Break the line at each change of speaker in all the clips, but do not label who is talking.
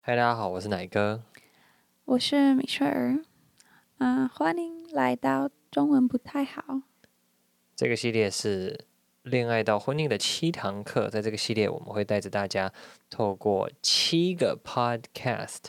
嗨，大家好，我是奶哥。
我是米雪儿，嗯、欢迎来到中文不太好。
这个系列是恋爱到婚姻的七堂课，在这个系列我们会带着大家透过七个 podcast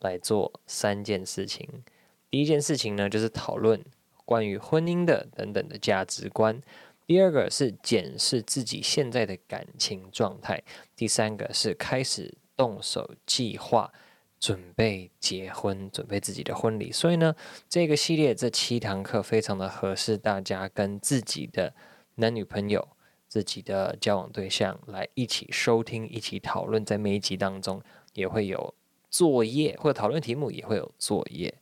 来做三件事情。第一件事情呢，就是讨论关于婚姻的等等的价值观。第二个是检视自己现在的感情状态，第三个是开始动手计划准备结婚，准备自己的婚礼。所以呢，这个系列这七堂课非常的合适大家跟自己的男女朋友、自己的交往对象来一起收听、一起讨论。在每一集当中也会有作业或者讨论题目，也会有作业。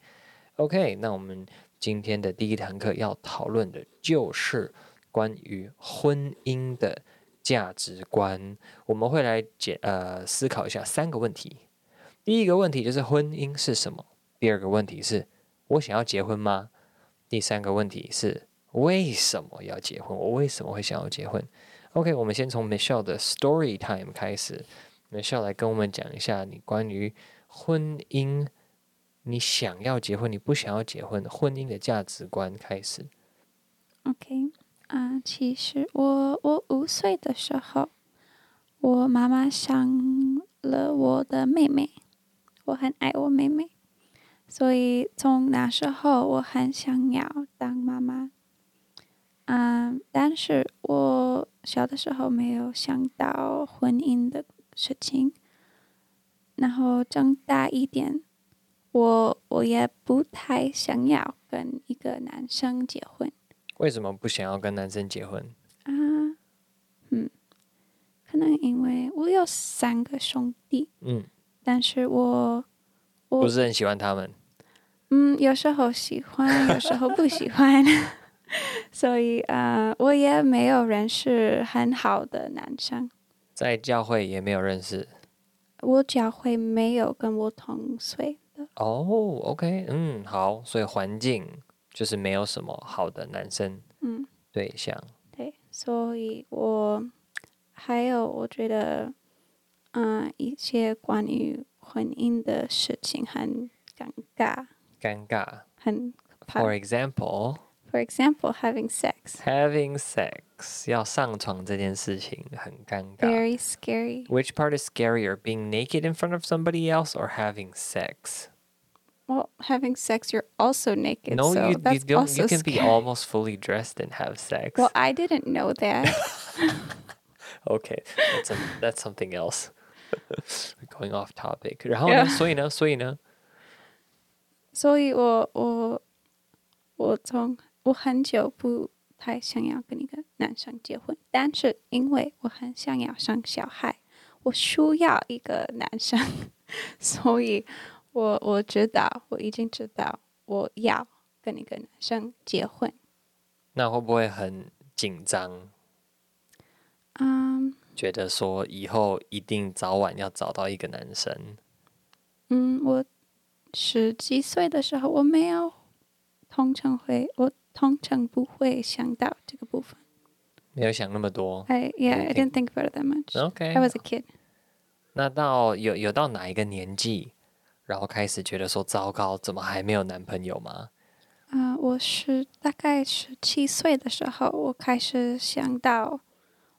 OK，那我们今天的第一堂课要讨论的就是关于婚姻的价值观。我们会来解呃思考一下三个问题。第一个问题就是婚姻是什么？第二个问题是我想要结婚吗？第三个问题是为什么要结婚？我为什么会想要结婚？OK，我们先从 Michelle 的 Story Time 开始。Michelle 来跟我们讲一下你关于婚姻，你想要结婚，你不想要结婚，婚姻的价值观开始。
OK，啊、其实我我五岁的时候，我妈妈想了我的妹妹，我很爱我妹妹，所以从那时候我很想要当妈妈。嗯，但是我小的时候没有想到婚姻的事情，然后长大一点，我我也不太想要跟一个男生结婚。
为什么不想要跟男生结婚？
啊，嗯，可能因为我有三个兄弟，
嗯，
但是我我
不是很喜欢他们。
嗯有时候喜欢，有时候不喜欢， 所以啊、呃我也没有认识很好的男生。
在教会也没有认识
我教会没有跟我同岁的，
哦，OK，嗯，好，所以环境就是没有什么好的男生
嗯，
对象。
对，所以我还有我觉得，嗯、一些关于婚姻的事情很尴尬，
尴尬。
很可怕。
For example,
For example, having sex.
having sex 要上床这件事情很尴尬。
Very scary.
Which part is scarier, being naked in front of somebody else or having sex?
Well, having sex, you're also naked.
no,
so
you, you
that's
don't.
also
You can be
scary.
almost fully dressed and have sex.
Well, I didn't know that.
Okay, that's a, that's something else. We're going off topic. 然后呢？
Yeah.
所以呢？所以呢？
所以我我我从我很久不太想要跟一个男生结婚，但是因为我很想要生小孩，我需要一个男生， 所以我我知道，我已经知道我要跟一个男生结婚。
那会不会很紧张？
嗯
觉得说以后一定早晚要找到一个男生，
嗯，我十几岁的时候，我没有通常会，我通常不会想到这个部分。
没有想那么多。
I yeah, I
Okay.
didn't think about it that much.
OK，
I was a kid.
那到有有到哪一个年纪，然后开始觉得说糟糕，怎么还没有男朋友吗？
啊、我是大概十七岁的时候，我开始想到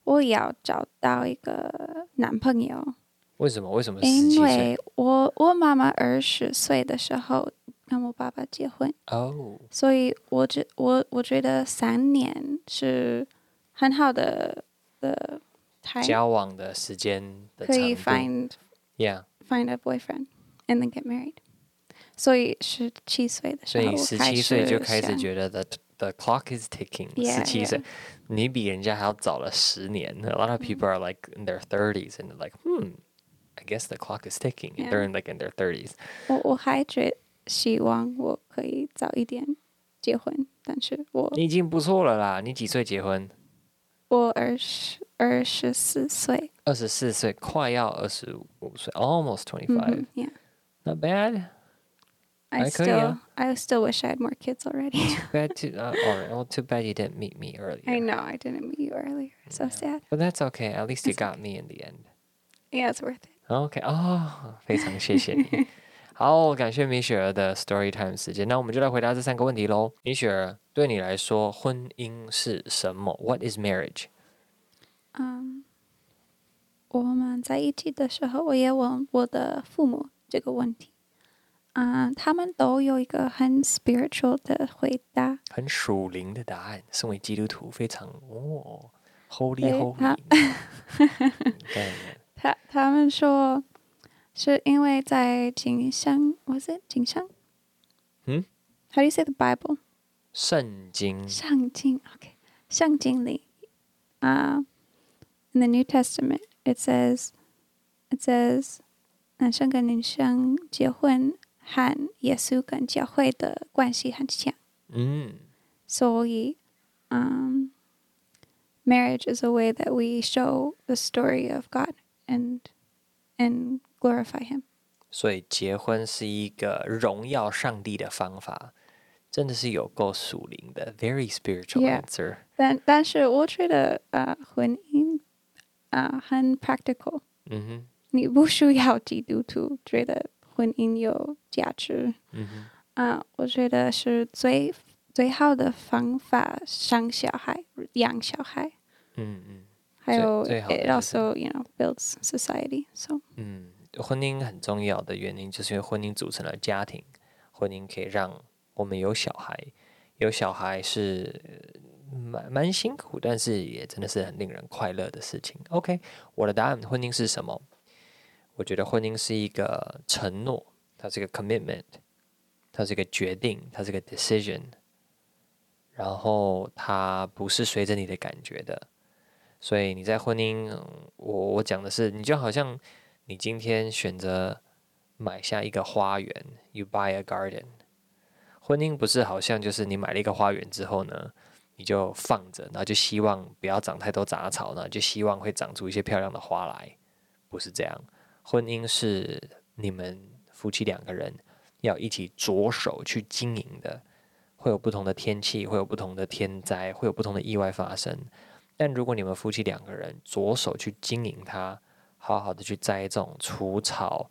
我要找到一个男朋友，
为什么？为什么十七
因
岁？
为我我妈妈二十岁的时候跟我爸爸结婚，
哦，
所以我觉我我觉得三年是很好的的 time，
交往的时间的
可以
长度
find
，Yeah，
find a boyfriend and then get married。所以十七岁的时
所
候，
以十七岁就开始
想
觉得 the the clock is ticking。十
Yeah,
七岁
yeah.，
你比人家还要早了十年。A lot of people are like in their thirties and they're like, hmm, I guess the clock is ticking. and They're
Yeah.
in like in their thirties.
我我还觉希望我可以早一点结婚，但是我
你已经不错了啦。你几岁结婚？
我二十二十四岁，
二十四岁，快要二十五岁，almost twenty
嗯，
five.
哼，yeah。Mm-hmm,
Not bad.
I
还可以啊
still, I still wish I had more kids already.
Bad to uh, all right. Well, too bad you didn't meet me earlier.
I know I didn't meet you earlier. So
Yeah.
sad.
But that's okay. At least you
It's
got me in the end. Oh,
Yeah, it's worth it.
OK 哦， 非常谢谢你。好，感谢米雪儿的 Story Time 时间。那我们就来回答这三个问题喽。米雪儿，对你来说，婚姻是什么？What is marriage？
嗯，我们在一起的时候，我也问我的父母这个问题，啊、他们都有一个很 spiritual 的回答，
很属灵的答案。身为基督徒，非常哦，holy
对
holy
他
概念。
他他们说是因为在景象，was it 景象？
嗯
，How do you say the Bible？
圣经
上经，OK，上经里啊、i n the New Testament it says it says 男生跟女生结婚和耶稣跟教会的关系很强，
嗯
所以嗯、m a r r i a g e is a way that we show the story of God and and glorify Him。
所以结婚是一个荣耀上帝的方法，真的是有够属灵的，very spiritual
Yeah.
answer。
但但是我觉得呃，婚姻啊、呃、很 practical。
嗯
你不需要基督徒觉得婚姻有价值
哼，嗯哼，
啊、我觉得是最最好的方法生小孩、养小孩，
嗯嗯
还
最
有
最好的
it
就是
also you know builds society。So
嗯，婚姻很重要的原因就是因为婚姻组成了家庭，婚姻可以让我们有小孩，有小孩是呃蛮蛮辛苦，但是也真的是很令人快乐的事情。OK，我的答案，婚姻是什么？我觉得婚姻是一个承诺，它是一个 commitment，它是一个决定，它是一个 decision，然后它不是随着你的感觉的。所以你在婚姻，嗯我我讲的是，你就好像你今天选择买下一个花园，you buy a garden。婚姻不是好像就是你买了一个花园之后呢，你就放着，然后就希望不要长太多杂草，然后就希望会长出一些漂亮的花来，不是这样。婚姻是你们夫妻两个人要一起着手去经营的，会有不同的天气，会有不同的天灾，会有不同的意外发生。但如果你们夫妻两个人着手去经营它，好好的去栽种、除草，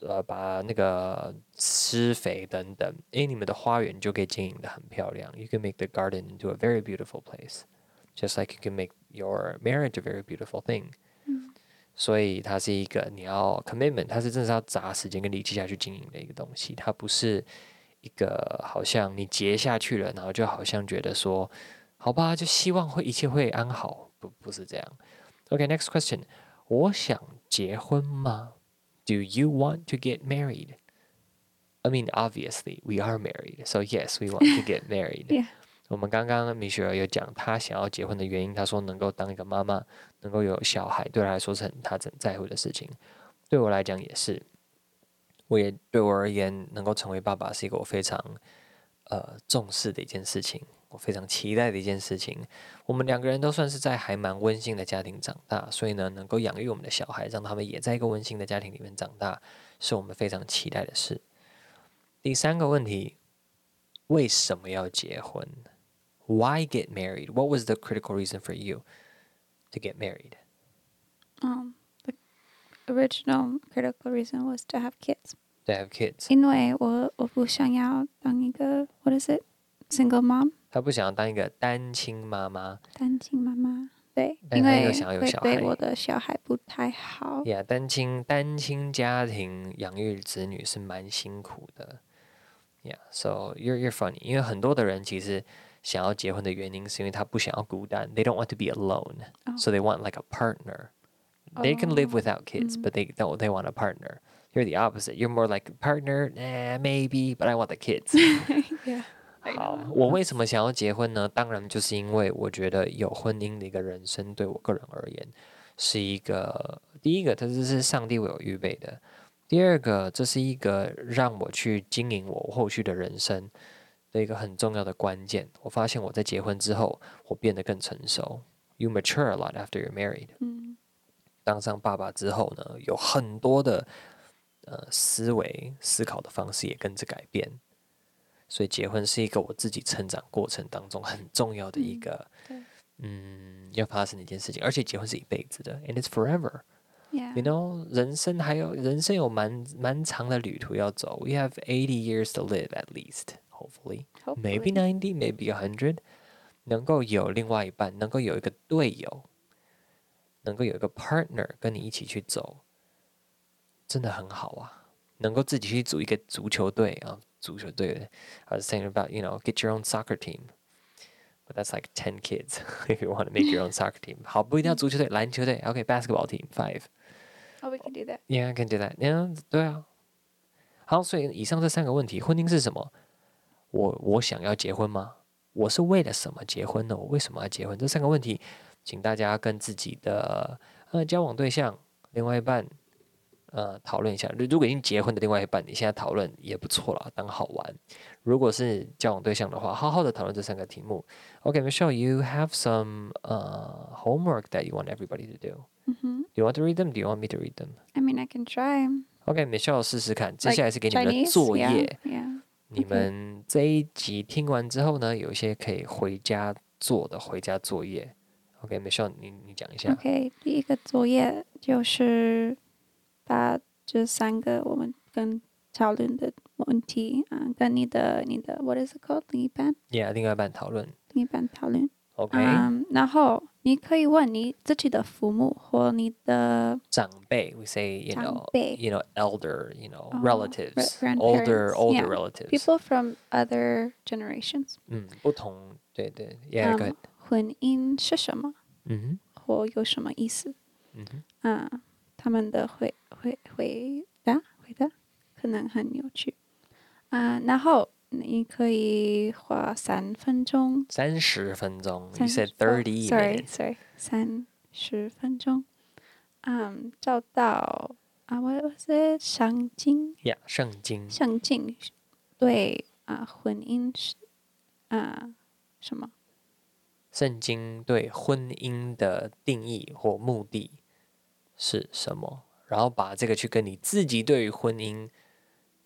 呃，把那个施肥等等，诶，你们的花园就可以经营的很漂亮。You can make the garden into a very beautiful place, just like you can make your marriage a very beautiful thing.
嗯
所以它是一个你要 commitment，它是真的是要砸时间跟力气下去经营的一个东西，它不是一个好像你结下去了，然后就好像觉得说，好吧，就希望会一切会安好，不不是这样。OK，next、question，我想结婚吗？Do you want to get married? I mean, obviously, we are married, so yes, we want to get married.
yeah，
我们刚刚米雪儿有讲她想要结婚的原因，她说能够当一个妈妈，能够有小孩，对她来说是很她很在乎的事情。对我来讲也是，我也对我而言，能够成为爸爸是一个我非常呃重视的一件事情，我非常期待的一件事情。我们两个人都算是在还蛮温馨的家庭长大，所以呢，能够养育我们的小孩，让他们也在一个温馨的家庭里面长大，是我们非常期待的事。第三个问题，为什么要结婚？why get married? What was the critical reason for you to get married?
um the original critical reason was to have kids，
To have kids?
因为我我不想要当一个 what is it single mom。
她不想要当一个单亲妈妈
单亲妈妈，对，
但
因
她又
为
想要有
会
小
对
孩
我的小孩不太好。
呀单亲单亲家庭养育子女是蛮辛苦的。Yeah, so you're you're funny. 因为很多的人其实想要结婚的原因是因为他不想要孤单，they don't want to be alone,、
哦
so they want like a partner. They can live
哦
without kids,
嗯
but they don't. They want a partner. You're the opposite. You're more like partner, eh, maybe, but I want the kids. 好，我为什么想要结婚呢？当然就是因为我觉得有婚姻的一个人生，对我个人而言是一个第一个，它这是上帝为我预备的；第二个，这是一个让我去经营我后续的人生的一个很重要的关键。我发现我在结婚之后，我变得更成熟。You mature a lot after you're married.
嗯
当上爸爸之后呢，有很多的呃思维思考的方式也跟着改变，所以结婚是一个我自己成长过程当中很重要的一
嗯
个
对
嗯要发生的一件事情，而且结婚是一辈子的，and it's forever。
Yeah.
You know，人生还有人生有蛮蛮长的旅途要走。We have eighty years to live at least, hopefully, maybe
Hopefully.
ninety, maybe a hundred. 能够有另外一半，能够有一个队友，能够有一个 partner 跟你一起去走，真的很好啊！能够自己去组一个足球队啊，足球队。I was thinking about you know get your own soccer team, but that's like ten kids if you want to make your own soccer team. 好，不一定要足球队，篮球队，OK, basketball team five.
Oh, we can do that.
Yeah, I can do that. Yeah，对啊。好，所以以上这三个问题，婚姻是什么？我我想要结婚吗？我是为了什么结婚呢？我为什么要结婚？这三个问题，请大家跟自己的呃交往对象、另外一半呃讨论一下。如如果已经结婚的另外一半，你现在讨论也不错啦，当好玩。如果是交往对象的话，好好的讨论这三个题目。OK，Michelle，you、have some 呃 homework that you want everybody to do.
hmm
Do you want to read them? Do you want me to read them?
I mean, I can try.
OK，m i c h e l l e 试试看，接
Like
下来是给你们的
Chinese,
作业。
yeah, 嗯 yeah.
你
OK
们这一集听完之后呢，有一些可以回家做的回家作业。OK，m i c h e l l e 你你讲一下。
OK，第一个作业就是把这三个我们跟讨论的问题啊、跟你的你的 What is it called？另一半，
Yeah，另外一半讨论。
另一半讨论。
OK，、
嗯，然后你可以问你自己的父母或你的
长辈，we say you
长
know
辈
you know elder you know
哦
relatives
re-
older
grandparents,
older
yeah.
relatives
people from other generations。
嗯，不同对对，Yeah，、good，
Um 婚姻是什么
嗯
或有什么意思？
哼嗯哼
啊、他们的回回回答回答可能很有趣啊、然后你可以花三分钟，
三十分钟，You
三十
said thirty
sorry
minutes，
sorry 三十分钟，嗯，找到啊，what was it？上进
Yeah，圣经
上进对啊、婚姻是啊、什么？
圣经对婚姻的定义或目的是什么，然后把这个去跟你自己对于婚姻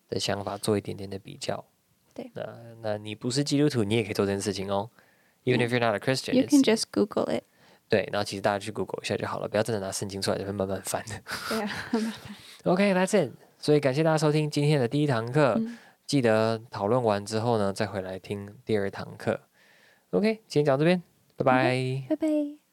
的想法做一点点的比较。
对
那那你不是基督徒，你也可以做这件事情哦。Even if you're not a Christian,
嗯 You can
it's-
just Google it
对，然后其实大家去 Google 一下就好了，不要真的拿圣经出来就会慢慢翻 的。
对啊，很麻烦。
OK，that's、it。所以感谢大家收听今天的第一堂课，
嗯
记得讨论完之后呢，再回来听第二堂课。OK，今天讲到这边，拜拜。
嗯拜拜。